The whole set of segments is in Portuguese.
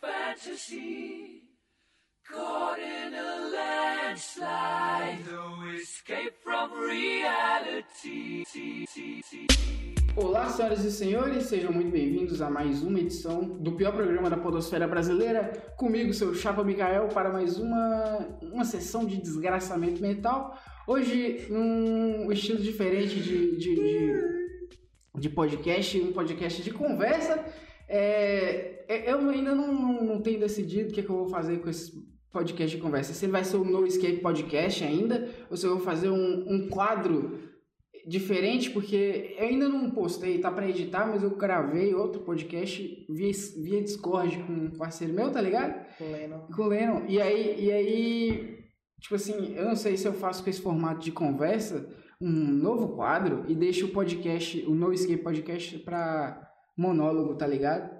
glad to see. Caught in a landslide, no escape from reality. Olá, senhoras e senhores, sejam muito bem-vindos a mais uma edição do pior programa da Podosfera Brasileira. Comigo, seu Chapa Mikael, para mais uma, uma sessão de desgraçamento mental. Hoje, num estilo diferente de, de, de, de podcast, um podcast de conversa. É, é, eu ainda não, não, não tenho decidido o que, é que eu vou fazer com esse podcast de conversa. Se ele vai ser o No Escape Podcast ainda, ou se eu vou fazer um, um quadro diferente, porque eu ainda não postei, tá pra editar, mas eu gravei outro podcast via, via Discord com um parceiro meu, tá ligado? Lennon. Com o Lennon. E aí, e aí, tipo assim, eu não sei se eu faço com esse formato de conversa um novo quadro e deixo o podcast, o No Escape Podcast pra monólogo, tá ligado?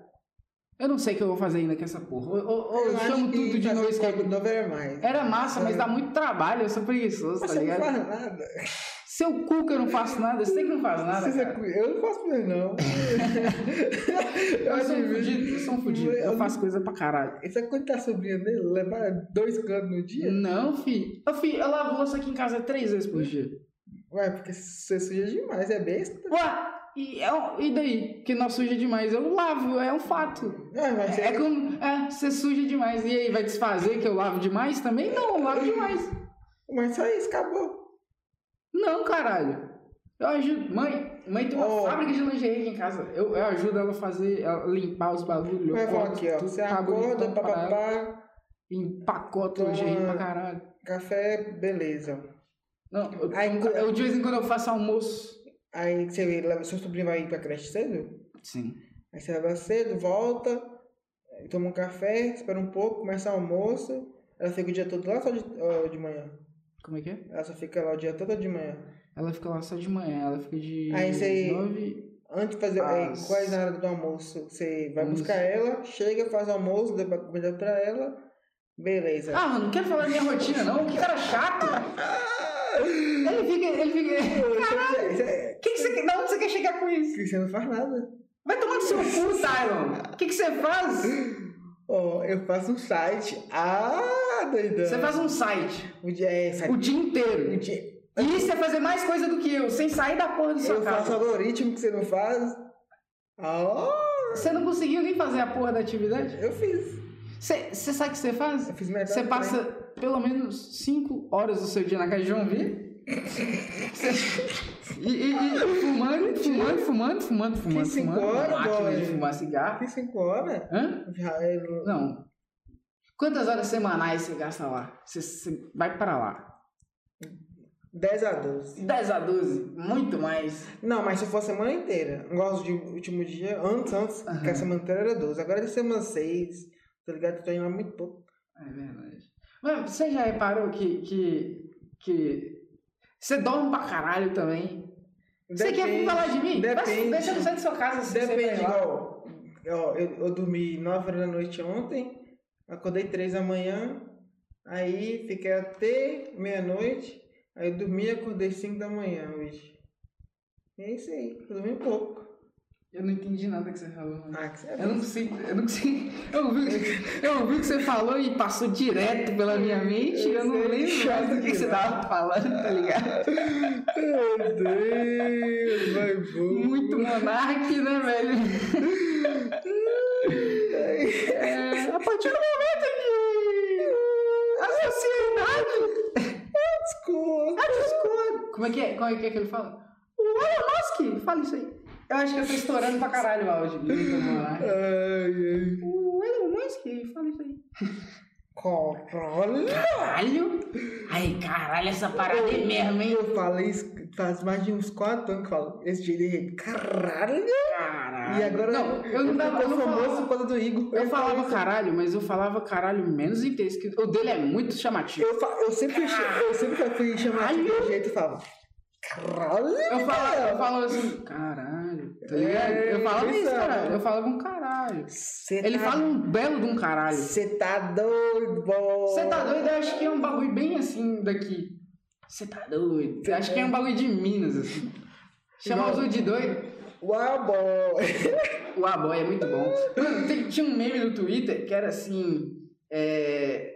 Eu não sei o que eu vou fazer ainda com essa porra. Ou, ou- ou eu, é chamo tudo de No novo Escape. Não era mais. Tá Era massa, mas dá muito trabalho, eu sou preguiçoso, tá Você não ligado? faz nada. Seu cu que eu não faço nada, eu sei que não faz nada, Você- cara. Eu não faço mais, não. é Eu acho sou um fudido, eu sou um fudido. Eu faço coisa pra caralho. Essa coisa tá sobrinha dele, levar dois canos no dia? Não, fi. Eu, fi, eu lavo louça aqui em casa três vezes por dia. Ué, porque você suja demais, é besta. Ué, e, é um- e daí? Que não suja demais. Eu lavo, é um fato. Ah, mas É, você- é como, é, você suja demais. E aí, vai desfazer que eu lavo demais também? Não, eu lavo demais. mas só isso, acabou. Não, caralho. Eu ajudo. Mãe, mãe tem uma Ó. fábrica de lingerie aqui em casa. Eu, eu ajudo ela a fazer, ela limpar os bagulhos. Mas vó, é aqui, ó. Você acorda, papapá, Ah. Empacota o lingerie pra caralho. café, beleza. Não, eu, Aí, nunca- eu de vez em quando eu faço almoço. Aí você leva seu sobrinho vai ir pra creche cedo? Sim. Aí você leva cedo, volta, eh, toma um café, espera um pouco, começa o almoço. Ela fica o dia todo lá só de, ó, de manhã. Como é que é? Ela só fica lá o dia todo de manhã. Ela fica lá só de manhã, ela fica de Aí você- nove. Antes de fazer. aí, Às- quase na hora do almoço. Você vai Onze. buscar ela, chega, faz o almoço, dá pra comida pra ela. Beleza. Ah, eu não quero falar da minha rotina, não. Que cara chato. Ele fica. Ele fica. é, Caralho! Que que você, quer- da onde você quer chegar com isso? é, Você não faz nada. Vai tomar no seu cu, Tyron. O que, que você faz? Ó, eu faço um site. Ah, doidão. Você faz um site O dia é o site. dia O inteiro. dia... E isso é fazer mais coisa do que eu, sem sair da porra da sua Eu faço casa. algoritmo que você não faz. Ah, Você não conseguiu nem fazer a porra da atividade? eu fiz. Você você sabe o que você faz? Eu fiz metade. Você do passa pelo menos 5 horas do seu dia na casa de João Vitor. Você- E, e- e fumando, fumando, fumando, fumando, fumando. Que cinco fumando. horas, Máquina boy? de fumar trem. cigarro. Fiz cinco horas. Hã? Já é, eu- Não. Quantas horas semanais você gasta lá? Você, você vai pra lá. 10 a 12. 10 a 12, muito mais. Não, mas se for a semana inteira. Não gosto de último dia. Antes, antes, Aham. que a semana inteira era 12. Agora é semana 6. Tá ligado? Eu tô indo lá muito pouco. É verdade. Mas você já reparou que. que, que... Você dorme pra caralho também. Você quer Depende- falar de mim? Vai- Depende. Deixa eu sair de sua casa. se você tá Depende, vai lá. igual. Ó, eu, eu dormi 9 horas da noite ontem. Acordei 3 da manhã. Aí fiquei até meia-noite. Aí eu dormi e acordei 5 da manhã hoje. É isso aí. Eu dormi pouco. Eu não entendi nada que você falou. mano. Ah, que você é Eu não sei, eu não sei. Eu ouvi, eu ouvi o que você falou e passou direto pela minha mente. Eu, não Eu sei, lembro mais do que você tava falando, tá ligado? Meu Deus, vai bom. Muito monarque, né, velho? É, a partir do momento que a sociedade Desculpa. a discorda. Como é que é? Como é que é que ele fala? O Elon Musk fala isso aí. Eu acho que eu tô estourando pra caralho o áudio. Muito monarque. Ai, ai. O Elon Musk fala isso aí. Controle. Caralho! Ai, caralho, essa parada é mesmo, hein? Eu falei isso faz mais de uns 4 anos que eu falo esse direito. Caralho. Caralho. E agora Não, eu não dava. Eu, eu não tô famoso falava, por causa do Igor. eu falava caralho, mas eu falava caralho menos intenso. Que o dele é muito chamativo. Eu, fa- eu sempre, che- eu sempre já fui chamar de Caralho. um jeito e falava. Caralho! Eu falava, eu falava assim, caralho, tá ligado? É, Eu falava isso, isso, caralho. né? Eu falava um caralho. Cê Ele tá- fala um belo de um caralho. Cê tá doido, boy. Você tá doido? Eu acho que é um bagulho bem assim daqui. Você tá doido? Eu acho que é um bagulho de Minas, assim. Chamar os outros de doido. Uau, boy! O Aboy é muito bom. Mano, tem- tinha um meme no Twitter que era assim: é,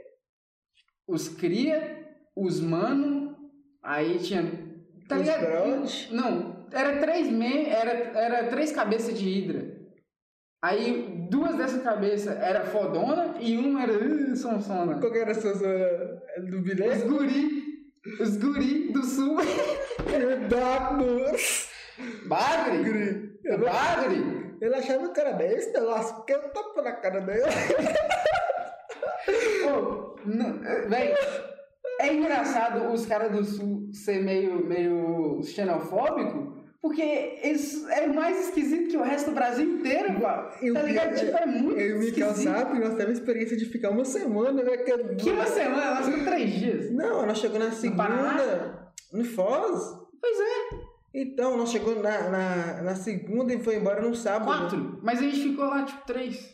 os cria, os mano, aí tinha. Tá Os ligado? brote. Não, era três me, era, era três cabeças de hidra. Aí duas dessas cabeças era fodona e uma era uh, sonsona. Qual que era a sua zona do Os bilhete? guri, os guri do sul. Dados! Bagre, Eu não- bagre. Ele achava o cara besta, eu lasquei um tapa na cara dele. Pô, não, véi, é engraçado os caras do sul ser meio, meio xenofóbico, porque eles é mais esquisito que o resto do Brasil inteiro, pá. Eu Tá ligado? vi- Tipo, é muito Eu e o Mikael esquisito. sabe, nós tivemos a experiência de ficar uma semana, né? Que... Que uma semana, nós ficamos três dias. Não, nós chegamos na segunda, Paraná? no Foz. Pois é, Então, nós chegamos na, na, na segunda e foi embora no sábado. quatro. Mas a gente ficou lá, tipo, três.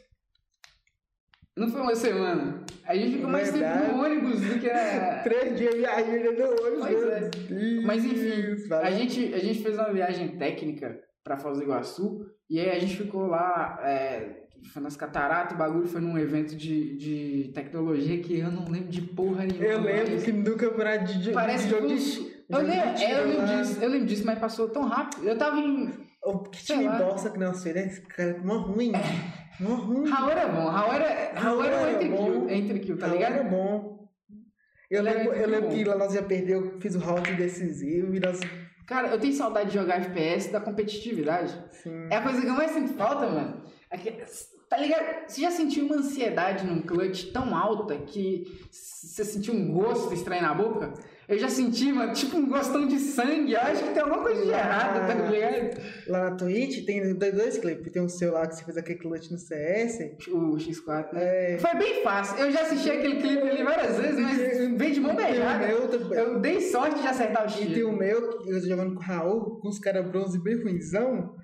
Não foi uma semana. A gente ficou mais tempo Verdade. no ônibus do que na... Três dias e aí ele deu olho. Pois meu é. Deus, Mas enfim, valeu. a gente, a gente fez uma viagem técnica pra Foz do Iguaçu e aí a gente ficou lá, é, foi nas cataratas, o bagulho foi num evento de, de tecnologia que eu não lembro de porra nenhuma. Eu lembro mas que no campeonato de de- Parece que de um jogo de- eu jogo de lembro, é, tiro eu lembro lá. disso, eu lembro disso, mas passou tão rápido. Eu tava em. Oh, que Sei time lá. É. bosta que nós fez, né? Esse cara mó ruim. Mó ruim. Raul era bom, Raul era, Raul era um Raul era entre bom. kill, entre kill, tá ligado? Era bom. Eu Ele era lembro, eu muito lembro bom. que lá nós já perdeu, fiz o round decisivo e nós. Cara, eu tenho saudade de jogar FPS da competitividade. Assim, É a coisa que eu mais sinto falta, mano. É que- tá ligado? Você já sentiu uma ansiedade num clutch tão alta que você sentiu um gosto estranho na boca? Eu já senti, mano, tipo um gostão de sangue. Eu acho que tem alguma coisa de errado, tá ligado? lá na Twitch tem dois, dois clipes. Tem um seu lá que você fez aquele clutch no CS. O X4, né? É. Foi bem fácil. Eu já assisti aquele clipe ali várias vezes, mas vem de mão Tem beijada. o meu também. né? Eu dei sorte de acertar o E tem um X. o meu, que eu tô jogando com o Raul, com os caras bronze bem ruimzão.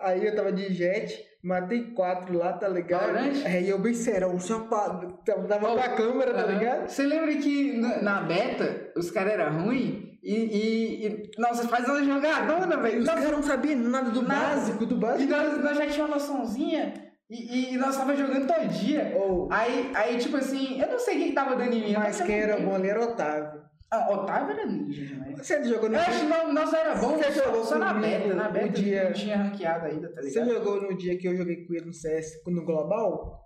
Aí eu tava de jet, matei quatro lá, tá ligado? Laranja? Aí eu bem serão, chapado. Tava tava Oh, com a câmera, tá Aham. ligado? Você lembra que na, na beta os caras eram ruins e, e, e. Nossa, faz uma jogadona, velho. Os Nossa, caras não sabiam nada do Nada. básico, do E básico. nós, nós já tínhamos uma noçãozinha e, e- e nós tava jogando todo dia. Ou, Aí, aí, tipo assim, eu não sei o que, que tava dando em mim. eu mas tava quem era jogando. bom ali era o Otávio. Ah, Otávio era ninja demais. Você jogou no Eu acho que dia, nós, nós era bom, Você só, jogou só na comigo beta. Na o beta dia- não tinha ranqueado ainda, tá você ligado? jogou no dia que eu joguei com ele no CS, no Global?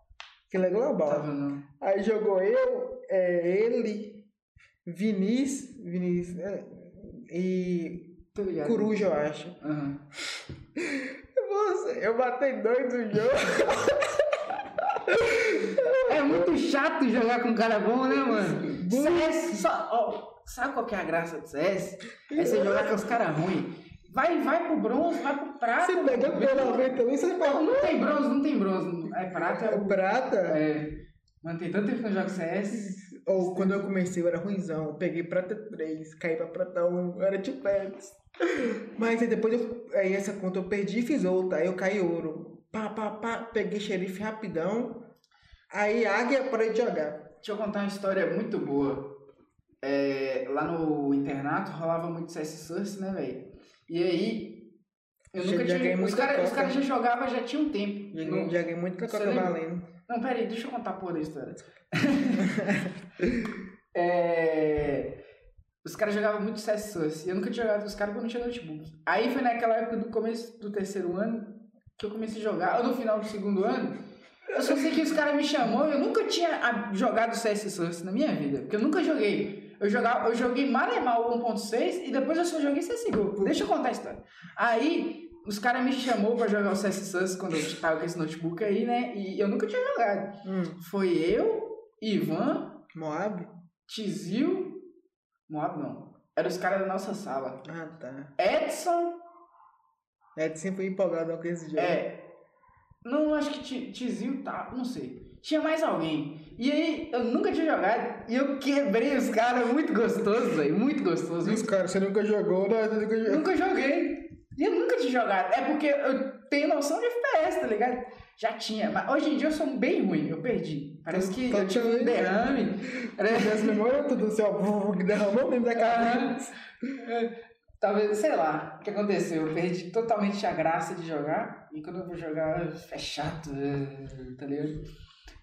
Que ele é Global. Tava não. Aí jogou eu, é, ele, Vinícius, Vinícius é, e Tô ligado. Coruja, eu acho. Aham. Nossa, eu matei dois no jogo. É muito chato jogar com um cara bom, né, mano? CS, só, ó, sabe qual que é a graça do CS? É você jogar com os caras ruins. Vai, vai pro bronze, vai pro prata. Você pegou mano. pelo 90 ali, você Não, falou. não tem bronze, não tem bronze. É prata, é o É prata? É. Mano, tem tanto tempo que eu jogo CS. Ou quando eu comecei, eu era ruimzão. Eu peguei prata 3, caí pra prata 1, eu era de pets. Mas aí depois eu. Aí essa conta eu perdi e fiz outra. Aí eu caí ouro. Pá, pá, pá, peguei xerife rapidão. Aí águia parei de jogar. Deixa eu contar uma história muito boa. É, lá no internato rolava muito CS Source, né, velho? E aí. Eu Já- nunca já ganhei tinha. Os muita caras copa. cara já jogavam já tinha um tempo. Joguei, Não, joguei muito com a Você Coca lembra? Valendo. não, pera aí, deixa eu contar a porra da história. É, Os caras jogavam muito CS Source. E eu nunca tinha jogado com os caras porque eu não tinha notebook. Aí foi naquela época do começo do terceiro ano que eu comecei a jogar, ou no final do segundo ano. Eu só sei que os caras me chamou, eu nunca tinha a- jogado CS Source na minha vida, porque eu nunca joguei. Eu, jogava, eu joguei Malemar 1.6 e depois eu só joguei CSGO. Deixa eu contar a história. Aí, os caras me chamou pra jogar o CS Source quando eu tava com esse notebook aí, né? E eu nunca tinha jogado. Hum, Foi eu, Ivan, Moab? Tizil. Moab não. Eram os caras da nossa sala. Ah, tá. Edson. É de sempre empolgado com esse jogo. É. Não, acho que Ti- Tizil tá. Não sei. Tinha mais alguém. E aí, eu nunca tinha jogado. E eu quebrei os caras. Muito gostoso, velho. Muito gostoso. Os caras, você nunca jogou, né? Você nunca jogou. Nunca joguei. E eu nunca tinha jogado. É porque eu tenho noção de FPS, tá ligado? Já tinha. Mas hoje em dia eu sou bem ruim. Eu perdi. Parece que eu tive um derrame. Era- é Ah. Minhas memórias tudo assim, ó, que derramou mesmo da Aham. cara. Talvez, sei lá, o que aconteceu? Eu perdi totalmente a graça de jogar. E quando eu vou jogar, é chato, é, tá ligado?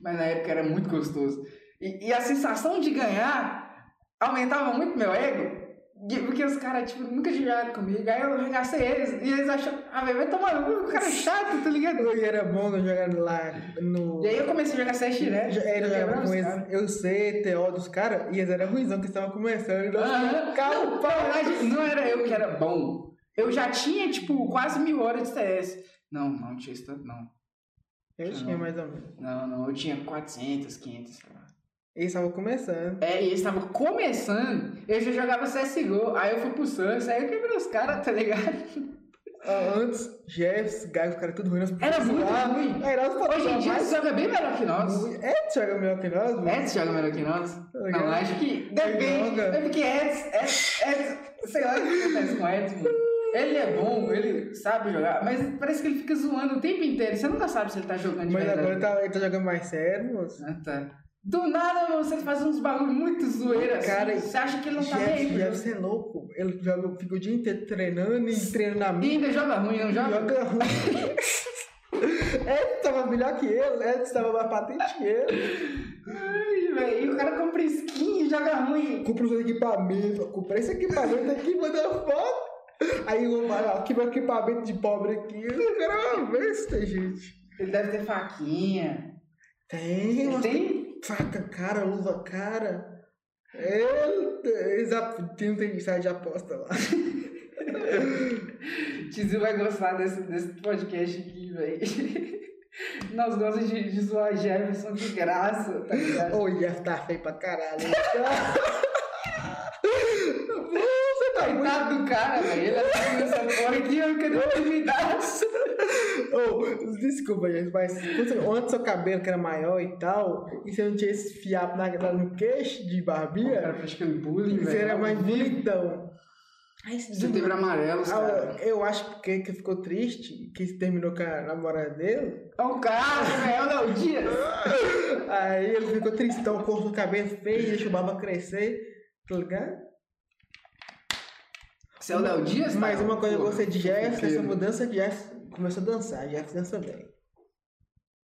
Mas na época era muito gostoso. E, e a sensação de ganhar aumentava muito meu ego. de- Porque os caras, tipo, nunca jogaram comigo. Aí eu arregacei eles. E eles achavam, ah, velho, vai tomar no cu, o cara é chato, tá ligado? E era bom eu jogar lá no. E aí eu comecei a jogar CS direto. Já Era, né? quebrava jogava os com eles. caras. Eu sei, TO dos caras, e eles eram ruimzão que estavam começando. E nós Aham. ficamos Não, na verdade, não era eu que era bom. Eu já tinha, tipo, quase mil horas de CS. Não, não tinha isso tanto, não. Eu tá tinha mais ou menos. Não, não, eu tinha 400, 500, sei lá. Eles estavam começando. É, e eles estavam começando, eu já jogava CSGO, aí eu fui pro Suns, aí eu quebrei os caras, tá ligado? Ah, Antes, Jeffs, Gago, os caras tudo ruim. nós Era muito zoava. ruim. Aí nós Assim, ah, falamos, Hoje em dia mas- você joga bem melhor que nós. É, tu joga melhor que nós, mano. tá Eds joga melhor que nós? ligado? Não, é acho que depende. Joga. É porque Eds, Eds, Eds, sei lá o que acontece com Eds, mano. Ele é bom, ele sabe jogar, mas parece que ele fica zoando o tempo inteiro. Você nunca sabe se ele tá jogando de Mas verdade. agora tá, ele tá jogando mais sério, moço. Ah, tá. Do nada, mano, você faz uns bagulho muito zoeira assim. Cara, Você acha que ele não tá Jeffs, bem? Jeffs é louco. Ele joga, fica o dia inteiro treinando e treinando na E ainda joga ruim, não joga? Joga ruim. Edson tava melhor que ele, Edson tava mais patente que ele. Ai, velho. E o cara compra skin e joga ruim. Compra os equipamentos, compra esse equipamento aqui, manda foto. Aí o mano, aqui meu equipamento de pobre aqui. O cara é uma besta, gente. Ele deve ter faquinha. Tem, Ele uma tem? faca cara, luva cara. Ele, eles ap- tem, um tem site de aposta lá. Tizinho vai gostar desse, desse podcast aqui, velho. Nós gostamos de, de zoar Jefferson de graça, tá ligado? Ô, Jeff tá feio pra caralho. Você tá muito Coitado do cara, velho. Ele assistiu essa porra aqui, eu quero convidar. Ô, desculpa, gente, mas quando você- antes seu cabelo que era maior e tal, e você não tinha esse fiapo na, lá no queixo de O barbinha, cara praticando é um bullying, você era velho. mais bonitão. Você teve amarelos, cara. Ah, eu acho que quem que ficou triste, que terminou com a namorada dele, Olha é o cara, velho. Olha o Dias. aí ele ficou tristão, cortou o cabelo feio, deixou o barba crescer, tá ligado? Você é o Léo Dias? tá? Mas uma coisa que eu Porra, gostei de Jeff, essa fofoqueiro. mudança de Jeff, começou a dançar, Jeff dança bem.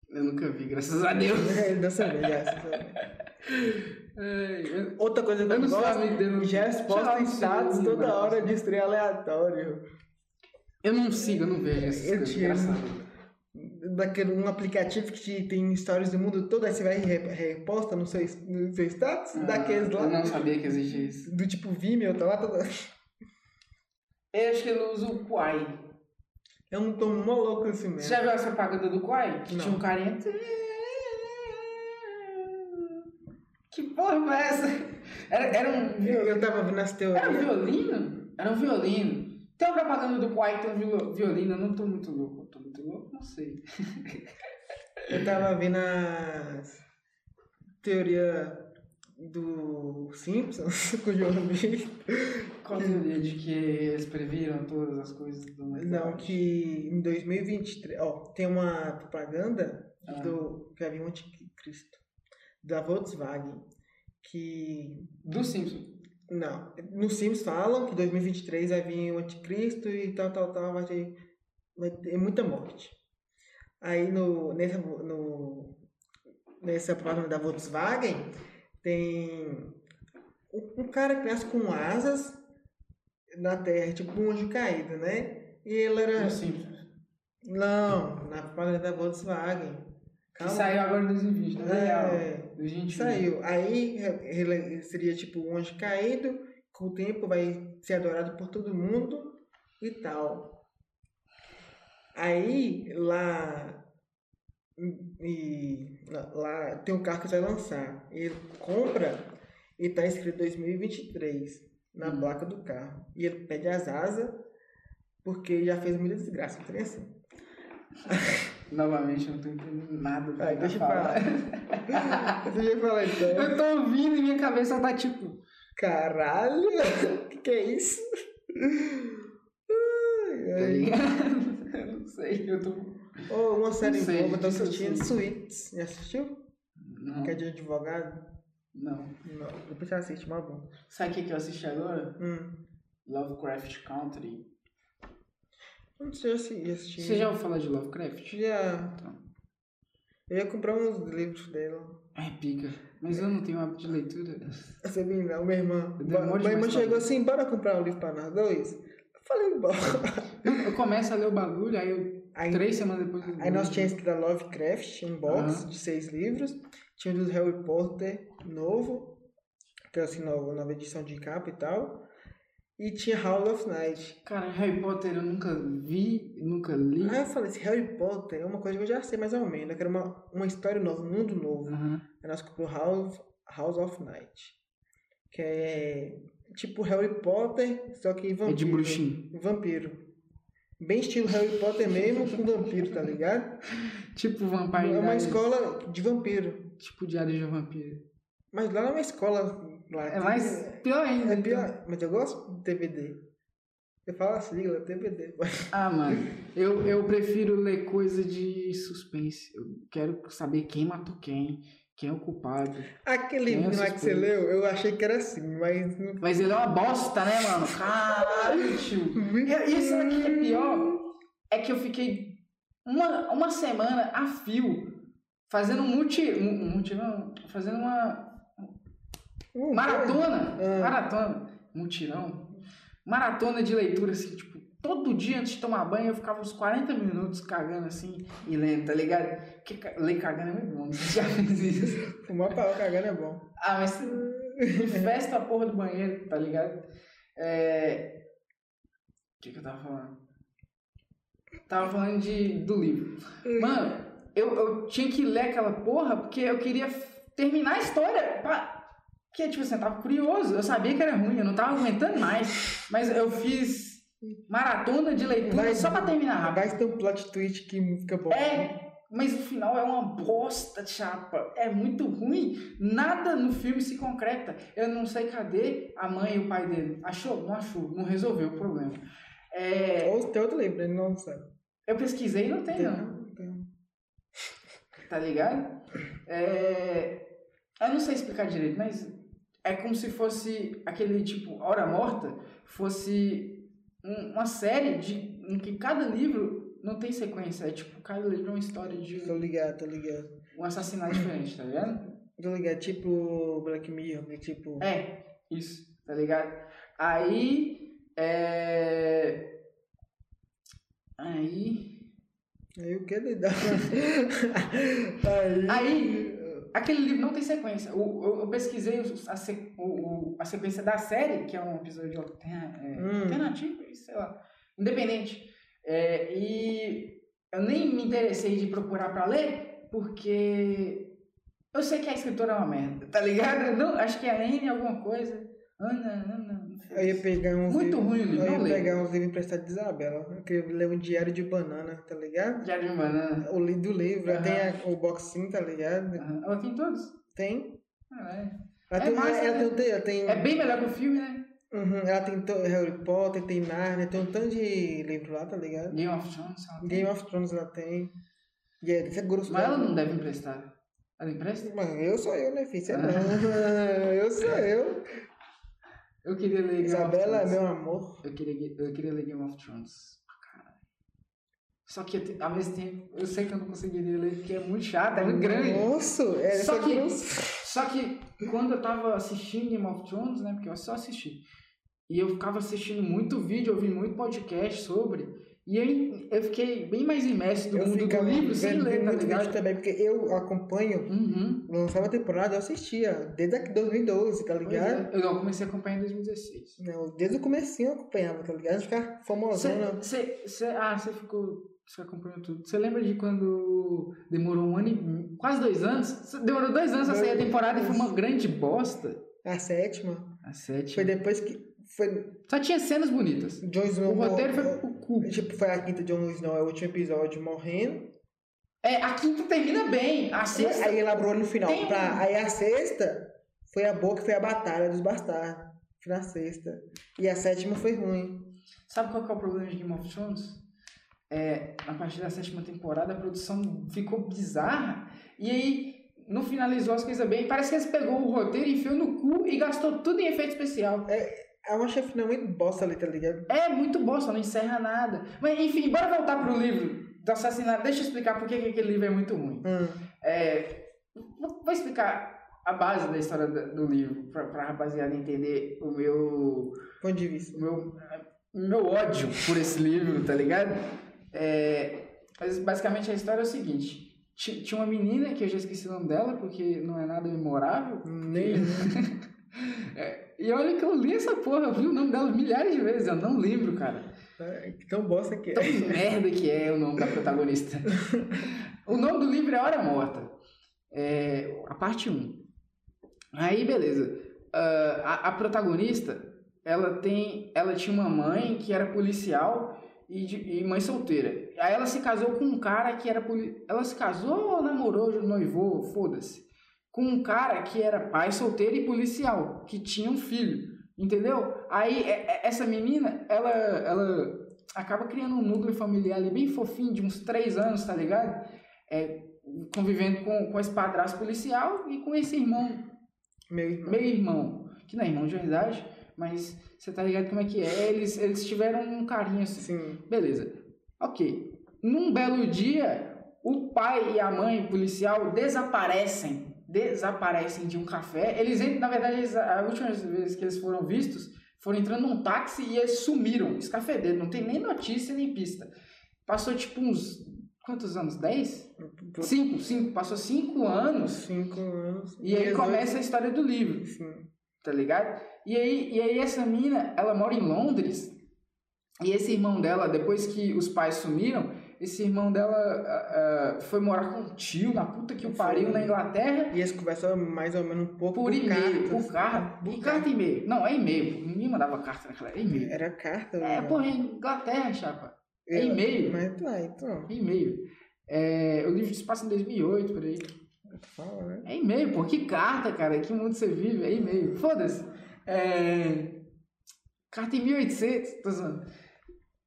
Eu nunca vi, graças a Deus. Ele dança bem, Jeff dança bem. Ai, eu- Outra coisa que Eu eu, não sou gosto amigo dele, não. já resposta Tchau, em status seu toda Bruno. hora de estreia aleatório. Eu não sigo, eu não vejo essas Eu coisas, te amo. graças a Deus. Daquele um aplicativo que te- tem stories do mundo todo, aí você vai e re- reposta no seu, no seu status, daqueles Ah, Eu lá, não sabia que existia isso. do tipo Vimeo, tá lá, tá lá. Eu acho que ele usa o Quai. É um tom mó louco assim Você mesmo. já viu essa propaganda do Quai? Que Não. tinha um carinha. Que porra é essa? Era, era um Eu, violino. eu tava vendo as Era um teorias. violino? Era um violino. Tem uma propaganda do Quai que tem um viol- violino. Eu não tô muito louco. Eu tô muito louco? Não sei. Eu tava vendo as teoria do Simpsons com o João Vitor. Qual a teoria de que é eles previram todas as coisas do Não, que em 2023, ó, tem uma propaganda Ah. do que havia um anticristo da Volkswagen que Do Simpson. não, no Sims falam que 2023 vai vir o anticristo e tal, tal, tal, vai ter, vai ter muita morte. Aí no nessa no nessa propaganda da Volkswagen tem um um cara que nasce com asas na Terra, tipo um anjo caído, né? E ele era Do Simpson. não, na propaganda da Volkswagen. Que saiu agora em 2020. Não é real. É, 2021. saiu. Aí re- ele seria tipo um anjo caído, com o tempo vai ser adorado por todo mundo e tal. Aí lá, e, lá- lá tem um carro que vai lançar. Ele compra e tá escrito 2023 na Hum. placa do carro. E ele pede as asas porque já fez muita desgraça, não tem assim. Novamente, eu não tô entendendo nada do que Ai, tá deixa eu falando. falar. deixa eu falar então. Eu tô ouvindo e minha cabeça tá tipo. Caralho, que que é isso? Ai, Tá ai. ligado? Eu não sei, eu tô. Oh, uma série Não sei, boa, eu tô disso eu assistindo sei. Suits. Já assistiu? Não. Que é de advogado? não. Não, depois você assiste, mas bom. Sabe o que, que eu assisti agora? Hum. Lovecraft Country. Não sei se assisti. Você já ouviu falar de Lovecraft? Já. Então. Eu ia comprar uns livros dela. É pica. Mas eu não tenho hábito de leitura. Essa menina, minha irmã. Demora ba- Minha irmã demais pra chegou ler. assim, bora comprar um livro pra nós dois? Eu falei, bora. Eu começo a ler o bagulho, aí eu. Aí- três semanas depois. eu Aí nós leio. tínhamos esse da Lovecraft, um box Aham. de seis livros. Tinha um do Harry Potter novo, que é assim, novo, nova edição de capa e tal. E tinha Howl of Night. Cara, Harry Potter eu nunca vi, nunca li. Aí eu falei assim, Harry Potter é uma coisa que eu já sei mais ou menos. Eu quero uma, uma história nova, um mundo novo. Aham. Aí nós comprou House, House of Night. Que é tipo Harry Potter, só que vampiro. É de bruxinho. Vampiro. Bem estilo Harry Potter mesmo, com vampiro, tá ligado? Tipo Vampire É uma Diaries. escola de vampiro. Tipo Diário de um Vampiro. Mas lá é uma escola. Lá, É mais pior ainda. É pior. Mas eu gosto do TBD. Eu falo assim, eu TBD. Ah, mano, eu, eu prefiro ler coisa de suspense. Eu quero saber quem matou quem, quem é o culpado. Aquele livro lá que você leu, eu achei que era assim, mas. não- Mas ele é uma bosta, né, mano? Caralho, tio. E- Isso aqui é pior. É que eu fiquei uma, uma semana a fio fazendo um multi. Um, um multi não, fazendo uma Hum, maratona. Ah. Maratona. Mutirão. Maratona de leitura, assim, tipo, todo dia antes de tomar banho eu ficava uns 40 minutos cagando assim e lendo, tá ligado? Porque ca- ler cagando é muito bom, você já fez isso. Fumar pau cagando é bom. Ah, mas festa a porra do banheiro, tá ligado? É... O que, que eu tava falando? Tava falando de, do livro. Mano, eu, eu tinha que ler aquela porra porque eu queria f- terminar a história. Pra... Porque, tipo assim, eu tava curioso. Eu sabia que era ruim, eu não tava aguentando mais. Mas eu fiz maratona de leitura Vai- só pra terminar rápido. Vai ter um plot twist que fica bom. É, mas o final é uma bosta, chapa. É muito ruim. Nada no filme se concreta. Eu não sei cadê a mãe e o pai dele. Achou? Não achou. Não resolveu o problema. É, Ou tem outro livro, ele não sabe. eu pesquisei e não tem, não. Não, tem. Tá ligado? É, eu não sei explicar direito, mas é como se fosse aquele tipo, A Hora Morta, fosse um- uma série de, em que cada livro não tem sequência. É tipo, cada livro é uma história de Tô ligado, tô ligado. um assassinato diferente, tá ligado? Tô ligado, tipo Black Mirror, que tipo. É, isso, tá ligado? Aí. É. Aí. Aí o que ele dá? Aí. Aí, aquele livro não tem sequência. O- Eu, eu pesquisei os- a, se- o- o- a sequência da série, que é um episódio alterna- é, Hum. alternativo, sei lá, independente. É, e eu nem me interessei de procurar pra ler, porque eu sei que a escritora é uma merda, tá ligado? Não, acho que é Anne alguma coisa. Ana, Ana, não sei. Eu ia pegar uns Muito livros- ruim o livro, Eu ia não leio. pegar uns livros emprestados de Isabela. Eu queria ler um diário de banana, tá ligado? Diário de uma Banana. O li- do livro. Aham. Tem a- o boxinho, tá ligado? Aham. Ela tem todos? Tem. Ah, é. Ela É tem. massa, ela, né? tem, tem- ela tem, É bem melhor que o filme, né? Uhum, ela tem to- Harry Potter, tem Narnia, tem um tanto de livro lá, tá ligado? Game of Thrones. ela tem. Game of Thrones ela tem. E é, isso é grosso. Mas ela né? não deve emprestar. Ela empresta? Mano, eu sou eu, né, filho? Ah. Você não. eu sou eu. Eu queria ler Game Isabela, é of Thrones. meu amor. Eu queria, eu queria ler Game of Thrones. pra caralho. Só que eu te- ao mesmo tempo, eu sei que eu não conseguiria ler porque é muito chato, é muito grande. Moço, é Só só que- grosso. Só que quando eu tava assistindo Game of Thrones, né? Porque eu só assisti. E eu ficava assistindo muito vídeo, ouvindo muito podcast sobre. E aí eu fiquei bem mais imerso do Eu mundo do ficava livro sem vendo ler, tá muito vídeo ligado? também, porque eu acompanho, Uhum. lançava a temporada, eu assistia, desde a 2012, tá Pois ligado? é. Eu não, comecei a acompanhar em 2016. Não, desde o comecinho eu acompanhava, tá ligado? Ficar famosona. Cê, cê, cê- ah, você ficou. Você acompanhou tudo. Você lembra de quando demorou um ano e. quase dois anos? Cê- Demorou dois anos pra sair a temporada e foi uma grande bosta. A sétima. A sete. Foi depois que. Foi Só tinha cenas bonitas. Jon Snow. O roteiro foi mor- pro cu. Tipo, foi a quinta Jon Snow, é o último episódio, morrendo. É, a quinta termina bem. A sexta. Aí elaborou no final. Tem- um- pra- Aí a sexta foi a boa que foi a batalha dos bastardos. Foi na sexta. E a sétima foi ruim. Sabe qual que é o problema de Game of Thrones? É, a partir da sétima temporada a produção ficou bizarra e aí não finalizou as coisas bem. Parece que eles pegou o roteiro, enfiou no cu e gastou tudo em efeito especial. É uma chefina muito bosta ali, tá ligado? É muito bosta, não encerra nada. Mas enfim, bora voltar pro livro do assassinato. Deixa eu explicar por que que aquele livro é muito ruim. Hum. É, vou vou explicar a base da história da- do livro pra, pra rapaziada entender o meu Ponto de vista. o meu, o meu ódio por esse livro, tá ligado? É, mas basicamente a história é o seguinte. Ti- Tinha uma menina que eu já esqueci o nome dela, porque não é nada memorável. Nem. É, e olha que eu li essa porra, eu vi o nome dela milhares de vezes, eu não lembro, cara. É, que Tão bosta que é. Tão merda que é o nome da protagonista. o nome do livro é Hora Morta. É, a parte 1. Aí, beleza. Ah, a, a protagonista, ela tem. Ela tinha uma mãe que era policial e, de- e mãe solteira. Aí ela se casou com um cara que era poli... Ela se casou ou namorou, noivou, foda-se. Com um cara que era pai solteiro e policial, que tinha um filho. Entendeu? Aí é- é- essa menina, ela, ela acaba criando um núcleo familiar ali bem fofinho, de uns três anos, tá ligado? É, convivendo com, com esse padrasto policial e com esse irmão, é Meu irmão. meio irmão, que não é irmão de verdade, mas você tá ligado como é que é? Eles, eles tiveram um carinho assim. Sim. Beleza. Ok. Num belo dia, o pai e a mãe policial desaparecem. Desaparecem de um café. Eles entram, na verdade, eles, a última vez que eles foram vistos, foram entrando num táxi e eles sumiram. Escafedeiro, não tem nem notícia nem pista. Passou tipo uns. Quantos anos? 10? Por 5, 5. Passou 5 anos. cinco anos. E aí Dezoito. começa a história do livro Sim. tá ligado? E aí, e aí essa mina, ela mora em Londres, e esse irmão dela, depois que os pais sumiram, esse irmão dela ah, ah, foi morar com um tio na puta que o pariu na Inglaterra, E eles conversavam mais ou menos um pouco por e-mail, por cartas. carta, por carta e e-mail. Não, é e-mail, ninguém mandava carta naquela, é e-mail. Era carta. É, né? porra, é Inglaterra, chapa, é Eu- e-mail. Mas tá, então. é e-mail. É, o livro se passa em 2008, por aí. Fala, né? É e-mail, pô. Que carta, cara. Que mundo você vive? É e-mail. Foda-se. É... Carta em 1800. Tô zoando.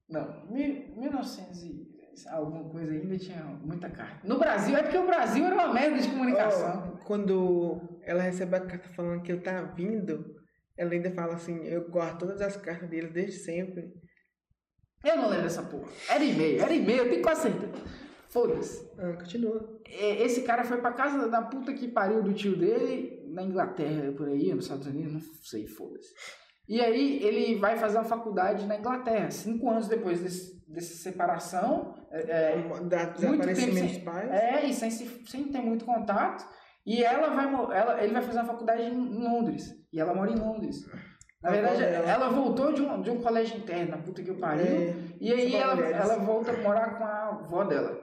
Não, mil- 1900 e alguma coisa ainda tinha muita carta. No Brasil, é porque o Brasil era uma merda de comunicação. Ó, quando ela recebe a carta falando que ele tá vindo, ela ainda fala assim, eu guardo todas as cartas dele desde sempre. Eu não lembro dessa porra. Era e-mail, era e-mail, eu tenho quase certeza. Foda-se. Ah, continua. É, Esse cara foi pra casa da puta que pariu do tio dele, na Inglaterra, por aí, nos Estados Unidos, não sei, foda-se. E aí ele vai fazer uma faculdade na Inglaterra, cinco anos depois desse, dessa separação, é, Da, tempo desaparecimento sem- dos pais. é, é, e sem, se- sem ter muito contato. E ela vai, mo- ela, ele vai fazer uma faculdade em Londres, e ela mora em Londres. Na Ah, verdade, olha ela. ela voltou de um, de um colégio interno, na puta que eu pariu. É, E aí São ela, mulheres. ela volta a morar com a avó dela.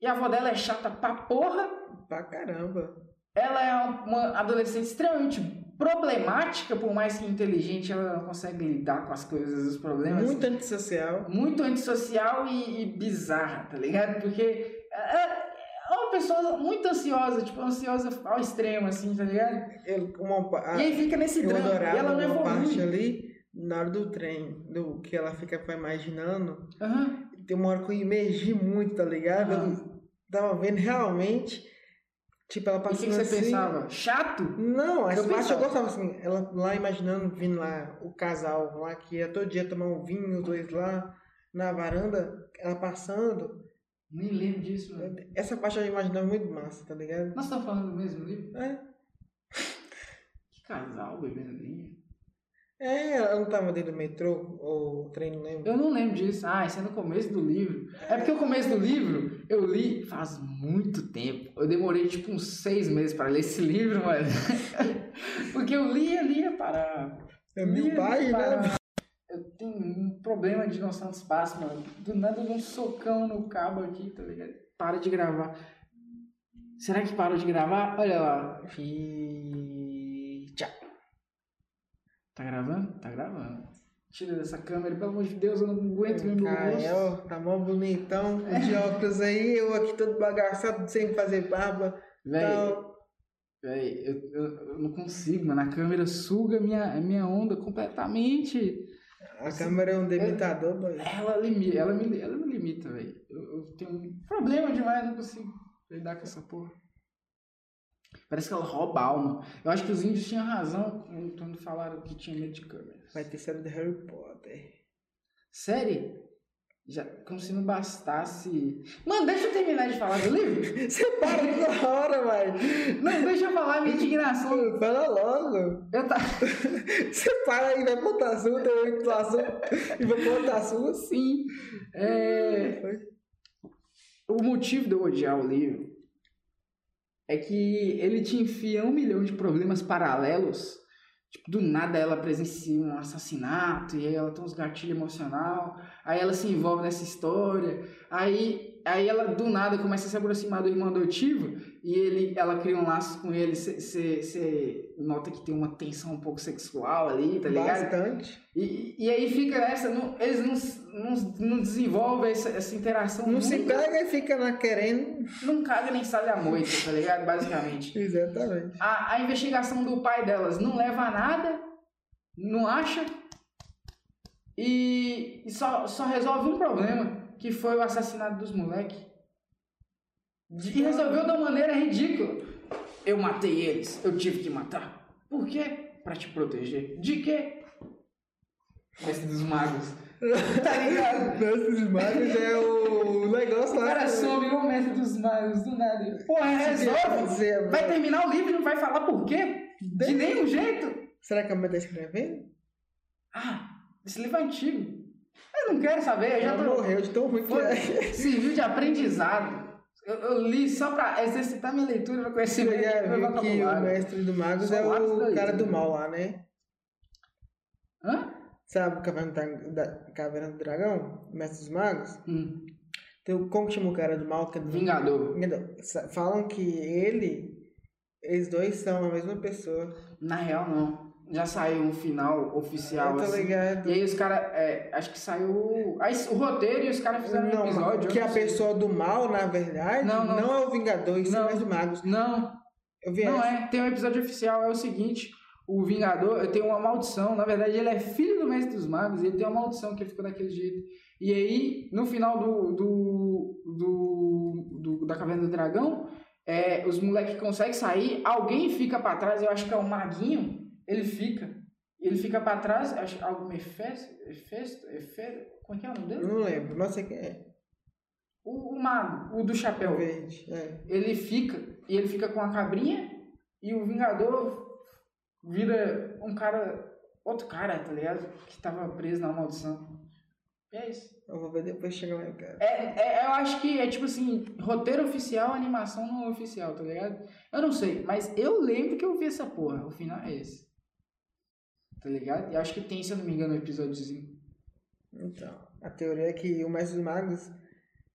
E a avó dela é chata pra porra. É, pra caramba. Ela é uma adolescente extremamente problemática, por mais que inteligente, ela não consegue lidar com as coisas, os problemas. Muito antissocial. Muito antissocial e, e bizarra, tá ligado? Porque é, é uma pessoa muito ansiosa, tipo, ansiosa ao extremo, assim, tá ligado? Ele, uma, pa- a- e aí fica nesse Ah, eu drama, adorava e ela não uma parte evolui. ali, na hora do trem, do que ela fica imaginando. Aham. Tem uma hora que eu imergi muito, tá ligado? Ah. Eu tava vendo realmente. Tipo, ela E o que, passando que você assim. pensava? Chato? Não, as Eu partes eu pensava. gostava assim. Ela lá imaginando, vindo lá, o casal lá que ia todo dia tomar um vinho, os dois lá na varanda, ela passando. Nem lembro disso, mano. Essa parte eu imaginava muito massa, tá ligado? Nós estamos falando do mesmo livro? É, Que casal, bebendo vinho. é ela não tava dentro do metrô ou trem, não lembro. Eu não lembro disso. Ah, isso é no começo do livro. É porque o começo do livro eu li faz muito tempo. Eu demorei tipo uns seis meses pra ler esse livro, mano. porque eu li ali ia parar. É meu pai, né? Eu tenho um problema de noção de espaço, mano. Do nada eu dou um socão no cabo aqui, tá ligado? Para de gravar. Será que parou de gravar? Olha lá. E... Tchau. Tá gravando? Tá gravando. Tira dessa câmera, pelo amor de Deus, eu não aguento ver meu rosto. Hum, Caio, tá mó bonitão, de óculos aí, eu aqui todo bagaçado, sem fazer barba. Véi, tal. véi, eu, eu- eu não consigo, mano. A câmera suga a minha, a minha onda completamente. A assim, câmera é um debilitador, boy. Ela, limi, ela, me, ela me limita, velho. Eu, eu tenho um problema demais, não consigo lidar com essa porra. Parece que ela rouba a alma. Eu acho que os índios tinham razão quando falaram que tinha medo de câmeras. Vai ter série do Harry Potter. Série? Já, como se não bastasse. Mano, deixa eu terminar de falar do livro. Você para toda hora, vai. Não, deixa eu falar a minha indignação. Fala logo. Eu tá... Você para aí, vai botar assunto, eu vou pro assunto. E vai botar assunto assim. Sim. É, o motivo de eu odiar o livro é que ele te enfia um milhão de problemas paralelos. Tipo, do nada ela presencia um assassinato e aí ela tem uns gatilhos emocional, aí ela se envolve nessa história, aí, aí ela do nada começa a se aproximar do irmão adotivo e ele, ela cria um laço com ele, você nota que tem uma tensão um pouco sexual ali, tá ligado? Bastante. E, e aí fica essa, não- eles não, não, não desenvolvem essa, essa interação. Não se nunca, pega e fica na querendo. não caga nem sabe a moita, tá ligado? Basicamente. Exatamente. A, a investigação do pai delas não leva a nada, não acha, e, e só, só resolve um problema, que foi o assassinato dos moleques. E resolveu da maneira ridícula. Eu matei eles, eu tive que matar. Por quê? Pra te proteger. De quê? Mestre dos magos. Tá ligado? Mestre dos Magos é o negócio O lá. cara que- some igual o mestre dos magos, do nada. ele, Porra, Quer resolve! dizer, Vai terminar o livro e não vai falar por quê? De nenhum jeito! Será que a mãe tá escrevendo? Ah, esse livro é antigo. Eu não quero saber, eu já tá- Ela tô... morreu de tão ruim que é. Serviu de aprendizado. Eu, eu li só pra exercitar minha leitura, meu Você conhecimento, já meu viu é que o vocabulário. mestre dos magos Só é o ápice da o cara lista. do mal lá, né? Hã? Sabe o Caverna do, Dra- da- Caverna do Dragão? O Mestre dos Magos? Hum, Tem o, como que chama o cara do mal? Que é do- Vingador. Vingador. Sa- Falam que ele, eles dois são a mesma pessoa. Na real, não. Já saiu um final oficial, Eu tô assim. ligado. E aí os caras... acho que saiu... Aí o roteiro e os caras fizeram um Não, episódio. que eu a não sei. pessoa do mal, na verdade, Não, não, não. é o Vingador, e sim Não. mais do Magos. Não, Eu vi Não essa. é, tem um episódio oficial, é o seguinte, o Vingador tem uma maldição, na verdade ele é filho do Mestre dos Magos, e ele tem uma maldição que ele ficou daquele jeito. E aí, no final do, do, do, do- da Caverna do Dragão, é, os moleques conseguem sair, alguém fica pra trás, eu acho que é o Maguinho, ele fica. Ele fica pra trás, acho é algo Mephesto, Hefesto, Hefero, como é que é o nome Eu dele? não lembro, mas sei quem é. O, o Mago, o do É chapéu verde. É. ele fica, e ele fica com a cabrinha, e o Vingador vira um cara, outro cara, tá ligado? Que tava preso na maldição. E é isso. Eu vou ver depois chegar lá em casa. É, é- eu acho que é tipo assim, roteiro oficial, animação não oficial, tá ligado? Eu não sei, mas eu lembro que eu vi essa porra, o final é esse. Tá ligado? E acho que tem, se eu não me engano, um episódiozinho. Então, a teoria é que o Mestre dos Magos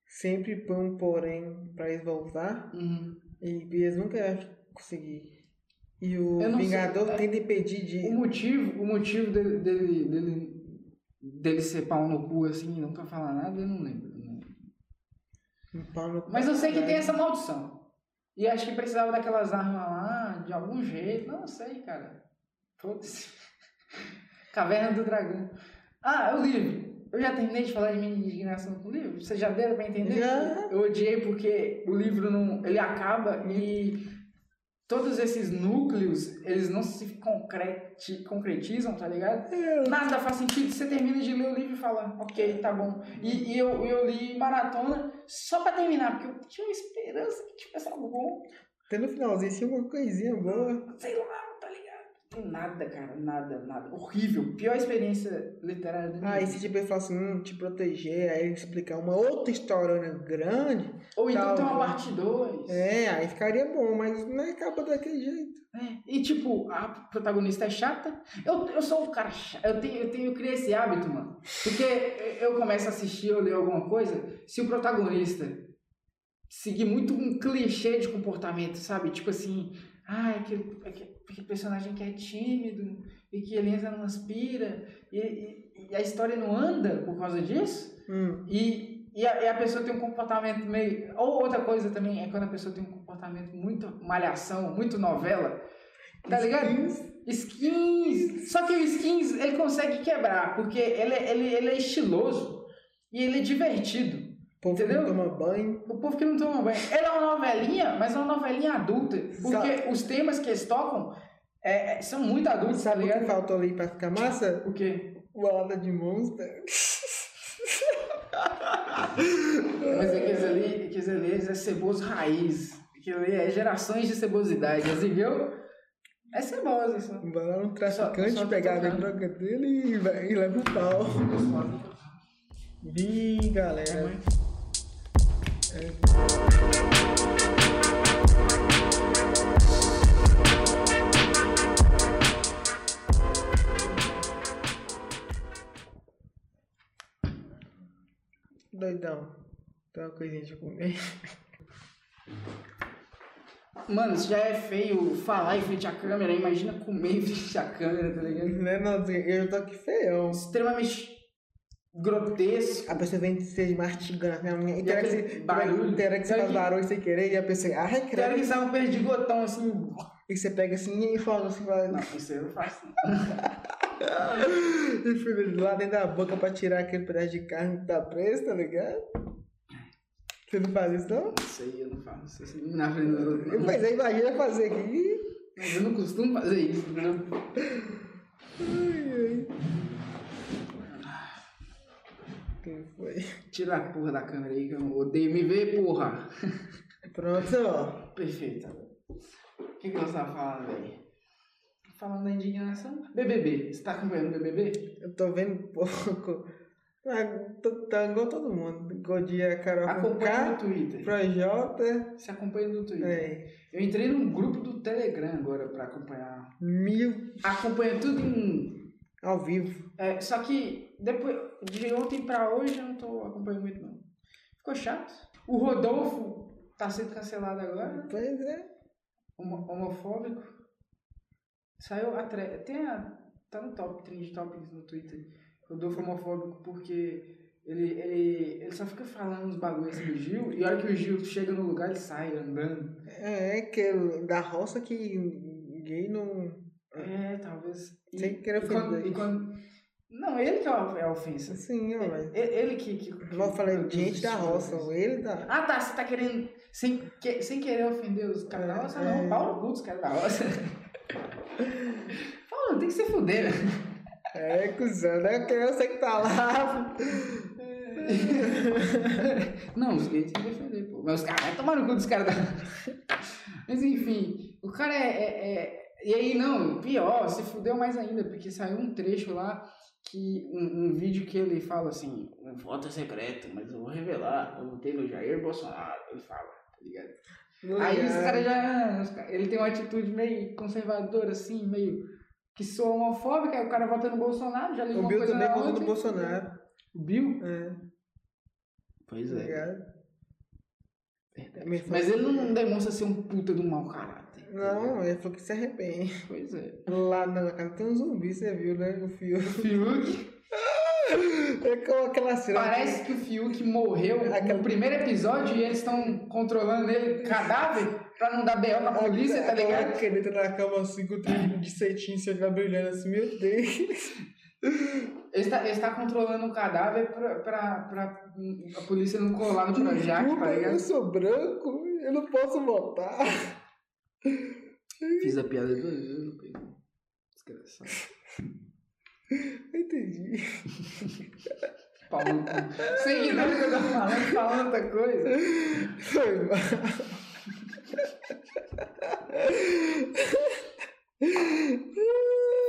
sempre põe um porém pra eles voltar Uhum. e eles nunca vão conseguir. E o Eu não sei, Vingador é. tenta O impedir de. motivo, o motivo dele, dele, dele, dele ser pau no cu assim e nunca falar nada, eu não lembro. né? Não lembro. Um pau no... Mas eu sei que tem essa maldição. E acho que precisava daquelas armas lá, de algum jeito. Não sei, cara. Foda-se. Caverna do Dragão. Ah, é o livro. Eu já terminei de falar de minha indignação com o livro. Vocês já deram pra entender? Já. Eu odiei porque o livro não. Ele acaba e todos esses núcleos, eles não se concreti- concretizam, tá ligado? Nada faz sentido. Você termina de ler o livro e fala, ok, tá bom. E, e eu, eu li maratona só pra terminar, porque eu tinha uma esperança que tivesse algo bom. Tem no finalzinho assim uma coisinha boa. Sei lá, tá ligado? Tem nada, cara, nada, nada. Horrível. Pior experiência literária da minha Aí vida. se tipo ele fala assim, hum, te proteger, aí ele explicar uma outra história né, grande, Ou então tem uma Talvez. parte 2. é, aí ficaria bom, mas não acaba daquele jeito. É, E tipo, a protagonista é chata. Eu, eu sou um cara chato. Eu, tenho, eu, tenho, eu criei esse hábito, mano. Porque eu começo a assistir ou ler alguma coisa, se o protagonista seguir muito um clichê de comportamento, sabe? Tipo assim, ah, aquele, aquele, aquele personagem que é tímido e que ele entra numa aspira e, e- e a história não anda por causa disso. Hum, E, e, a, e a pessoa tem um comportamento meio. Ou outra coisa também é quando a pessoa tem um comportamento muito malhação, muito novela. Tá ligado? Skins! Só que o skins ele consegue quebrar, porque ele, ele, ele é estiloso e ele é divertido. povo que não Entendeu? toma banho. O povo que não toma banho. Ela é uma novelinha, mas é uma novelinha adulta. Porque Exato. os temas que eles tocam é, é, são muito adultos, tá Sabe o que ligado? faltou ali pra ficar massa? O quê? Balada de Monster. Mas aqueles ali, aqueles ali eles é ceboso raiz. Aquilo ali é gerações de cebosidade. Assim, viu? É cebosa isso. Embalar um traficante, Só- só pegar a tocando. droga dele e, vai- e leva o pau. Bi, galera. É, Doidão. Tem uma coisinha de comer. Mano, se já é feio falar em frente à câmera, imagina comer em frente à câmera, tá ligado? Né, não, eu tô aqui feião. Extremamente grotesco. A pessoa vem se mastigando. né? E E terá que aquele você barulho. terá que você Será faz que- barulho sem querer e a pessoa. Ai, Quero credo. que saia um perdigotão assim. E você pega assim e fala assim, vai. Não, isso eu não faço. E filho, lá dentro da boca pra tirar aquele pedaço de carne que tá preso, tá ligado? Você não faz isso não? Isso aí eu não faço. Isso aí na frente dos outros. não. Mas aí imagina fazer aqui. Mas Eu não costumo fazer isso, né? entendeu? Ai, ai. Quem foi? Tira a porra da câmera aí que eu odeio me ver, porra. Pronto, ó. Perfeito. O que, que você tava falando aí? Falando da indignação? BBB. Você tá acompanhando o BBB? Eu tô vendo um pouco. Mas tô- Tá igual todo mundo. Igual de a Carol com Acompanha no K, Twitter. Projota. Você acompanha no Twitter. É, Eu entrei num grupo do Telegram agora pra acompanhar. mil Acompanha tudo em. um. ao vivo. é, só que depois, de ontem pra hoje eu não tô acompanhando muito, não. Ficou chato. O Rodolfo tá sendo cancelado agora, Pois é. homo- homofóbico. Saiu a tre... Tem a. Tá no top 3 topics no Twitter. Rodolfo homofóbico porque. Ele, ele, ele só fica falando uns bagulhos do Gil, e a hora que o Gil chega no lugar, ele sai andando. É, que é da roça que gay não. É, talvez. E- Sem querer e quando- ofender. e quando- Não, ele que é a é a ofensa. Sim, ó, mas. E- Ele que. que que- Igual eu falei, que- gente da roça, ó, ele da. Ah tá, você tá querendo. Sem, que- sem querer ofender os caras da roça, É. não. Paulo Guto, os caras da roça. Paulo, tem que se fuder. né? É, cuzão, não é criança que tá lá. Não, os gays tem que defender, pô. Mas os caras, vai tomar no cu dos caras da. Mas enfim, o cara é, é- é- E aí, não, pior, se fudeu mais ainda, porque saiu um trecho lá que. Um, um vídeo que ele fala assim: um voto é secreto, mas eu vou revelar, eu votei no Jair Bolsonaro. Ele fala, tá ligado? Aí os caras já. os ca- Ele tem uma atitude meio conservadora, assim, meio. que soa homofóbica, aí o cara vota no Bolsonaro, já ligou O uma Bill coisa também na conta outra. do Bolsonaro. O Bill? É, Pois é. tá ligado? Me fala- Mas ele não demonstra ser um puta de um mau caráter. Não, ele falou que se arrepende. Pois é. Lá na casa tem um zumbi, você viu, né? O fio. O Fiuk. É com aquela cena. Parece que o Fiuk morreu É Aquela- no primeiro episódio e eles estão controlando ele, cadáver, pra não dar B.O. pra polícia, tá ligado? Aquela caneta na cama assim, com o trinco de cetim, você vai brilhando assim, meu Deus. Ele tá, ele tá controlando o cadáver pra, pra, pra a polícia não colar no Projac, tá Desculpa, ligado? eu sou branco, eu não posso votar. Fiz a piada duas vezes, não pegou. Desgraçado. Eu entendi. Pau no cu. Você ignora o que eu tô falando, falando outra coisa. Foi mal.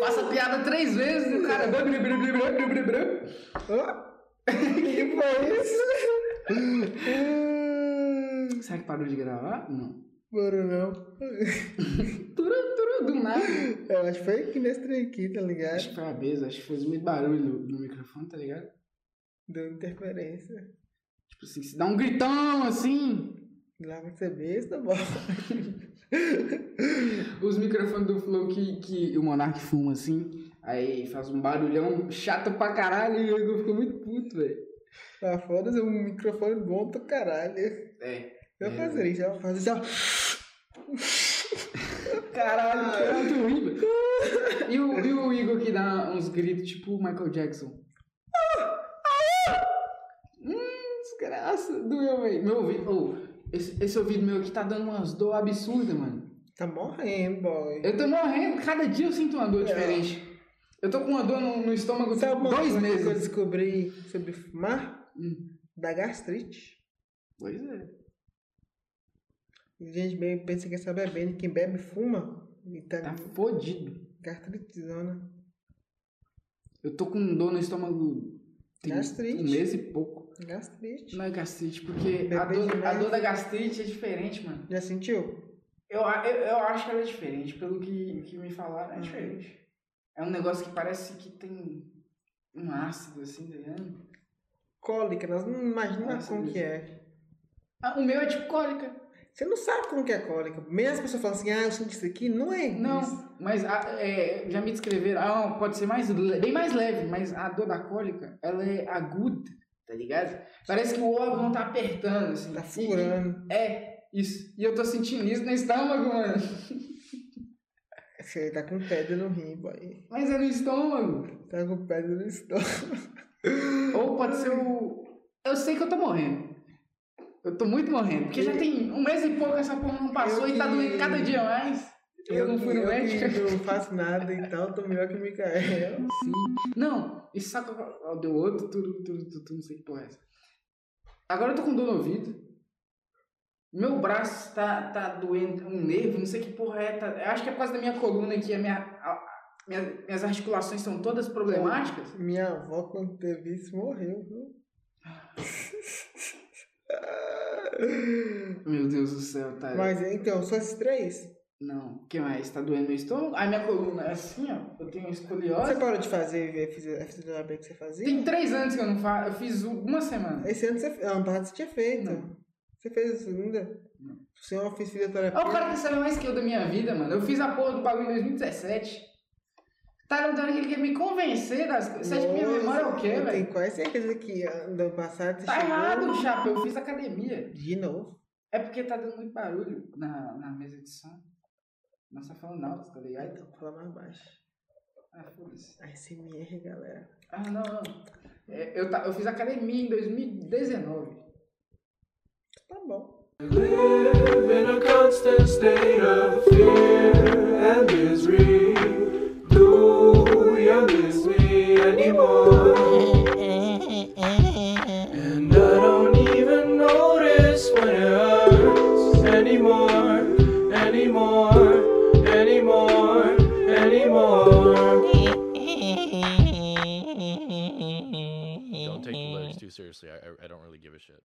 Faça a piada três vezes e o cara. blá, blá, blá, blá, blá, blá, blá. Hã? que foi isso? Será que parou de gravar? Não. Bora não. Turu, turu, do nada. Eu acho que foi aqui nesse trem aqui, tá Acho ligado? que foi a mesa, acho que fez muito barulho no, no microfone, tá ligado? Deu interferência. Tipo assim, se dá um gritão assim. Lá vai ser besta, bora. Os microfones do Flow que, que o Monark fuma assim. Aí faz um barulhão chato pra caralho e eu fico muito puto, velho. Ah, foda-se, um microfone bom do caralho. É. Eu É. fazer isso, eu fazer isso. ó. Caralho, que é muito horrível. E o, e o Igor que Ah, dá uns gritos tipo o Michael Jackson. Hum, desgraça, doeu, velho. Meu ouvido, ô, esse, esse ouvido meu aqui tá dando umas dor absurdas, mano. Tá morrendo, boy. Eu tô morrendo, cada dia eu sinto uma dor diferente. Eu tô com uma dor no, no estômago É. Sabe tem dois uma coisa que eu meses. descobri sobre fumar? Hum. Da gastrite. Pois é. A gente bem- pensa que é só bebendo. Quem bebe fuma e tá, Tá com fodido. gastritezona. Eu tô com dor no estômago tem Gastrite. um mês e pouco. Gastrite. Não é gastrite, porque a Depende dor, a mais. dor da gastrite é diferente, mano. Já sentiu? Eu, a- eu, eu acho que ela é diferente, pelo que, que me falaram, é Uhum. diferente. É um negócio que parece que tem um ácido, assim, tá ligado? Cólica, nós não imaginamos Nossa, como Deus. que é. Ah, o meu é tipo cólica. Você não sabe como que é cólica. Mesmo as pessoas falam assim, ah, eu sinto isso aqui, não é Não, isso. mas a- é, já me descreveram, ah, pode ser mais, le- bem mais leve, mas a dor da cólica, ela é aguda, tá ligado? Parece que o órgão tá apertando, assim. Tá E- furando. É, isso. E eu tô sentindo isso no estômago, mano. Você tá com pedra no rim, boy. Mas é no estômago. Tá com pedra no estômago. Ou pode ser o... Eu sei que eu tô morrendo. Eu tô muito morrendo, porque já tem um mês e pouco essa porra não passou Eu e tá que- doendo cada dia mais. Eu, não que- fui no eu que médico. não faço nada e tal, tô melhor que o Micael. Sim. Não, e sabe qual qual deu outro, tudo, tudo, tudo, tudo, não sei que porra é essa. Agora eu tô com dor no ouvido. Meu braço tá, tá doendo, um nervo, não sei que porra é. Tá, eu acho que é por causa da minha coluna aqui, a minha, a- a- minha- minhas articulações são todas problemáticas. Minha avó, quando teve isso, morreu, viu? Meu Deus do céu, tá. Mas então, só esses três? Não, o que mais? Tá doendo meu estômago? A minha coluna é assim, ó. Eu tenho escoliose. Você parou de fazer é, a fisio- a fisioterapia que você fazia? Tem três anos que eu não faço. Eu fiz uma semana. Esse ano você fe- ano passado você tinha feito. Não. Você fez a segunda? Não. Você é uma fisioterapia. Olha o cara que sabe mais que eu da minha vida, mano. Eu fiz a porra do bagulho em 2017. Tá dando que ele quer me convencer das coisas. Você acha que minha Nossa, memória é o quê, eu velho? Tenho quase certeza que ano passado você Tá chegou errado, chapa. Eu fiz academia. de novo. É porque tá dando muito barulho na, na mesa de som. Nós tá falando alto, tá Aí ligado? então, fala mais baixo. Ah, foda-se. ASMR, galera. Ah, não, não. É, eu, tá- eu fiz academia em 2019. Tá bom. Live in a constant state of fear and misery. Do you miss me anymore? And I don't even notice when it hurts anymore, anymore, anymore, anymore. Don't take the lyrics too seriously. I, I, I don't really give a shit.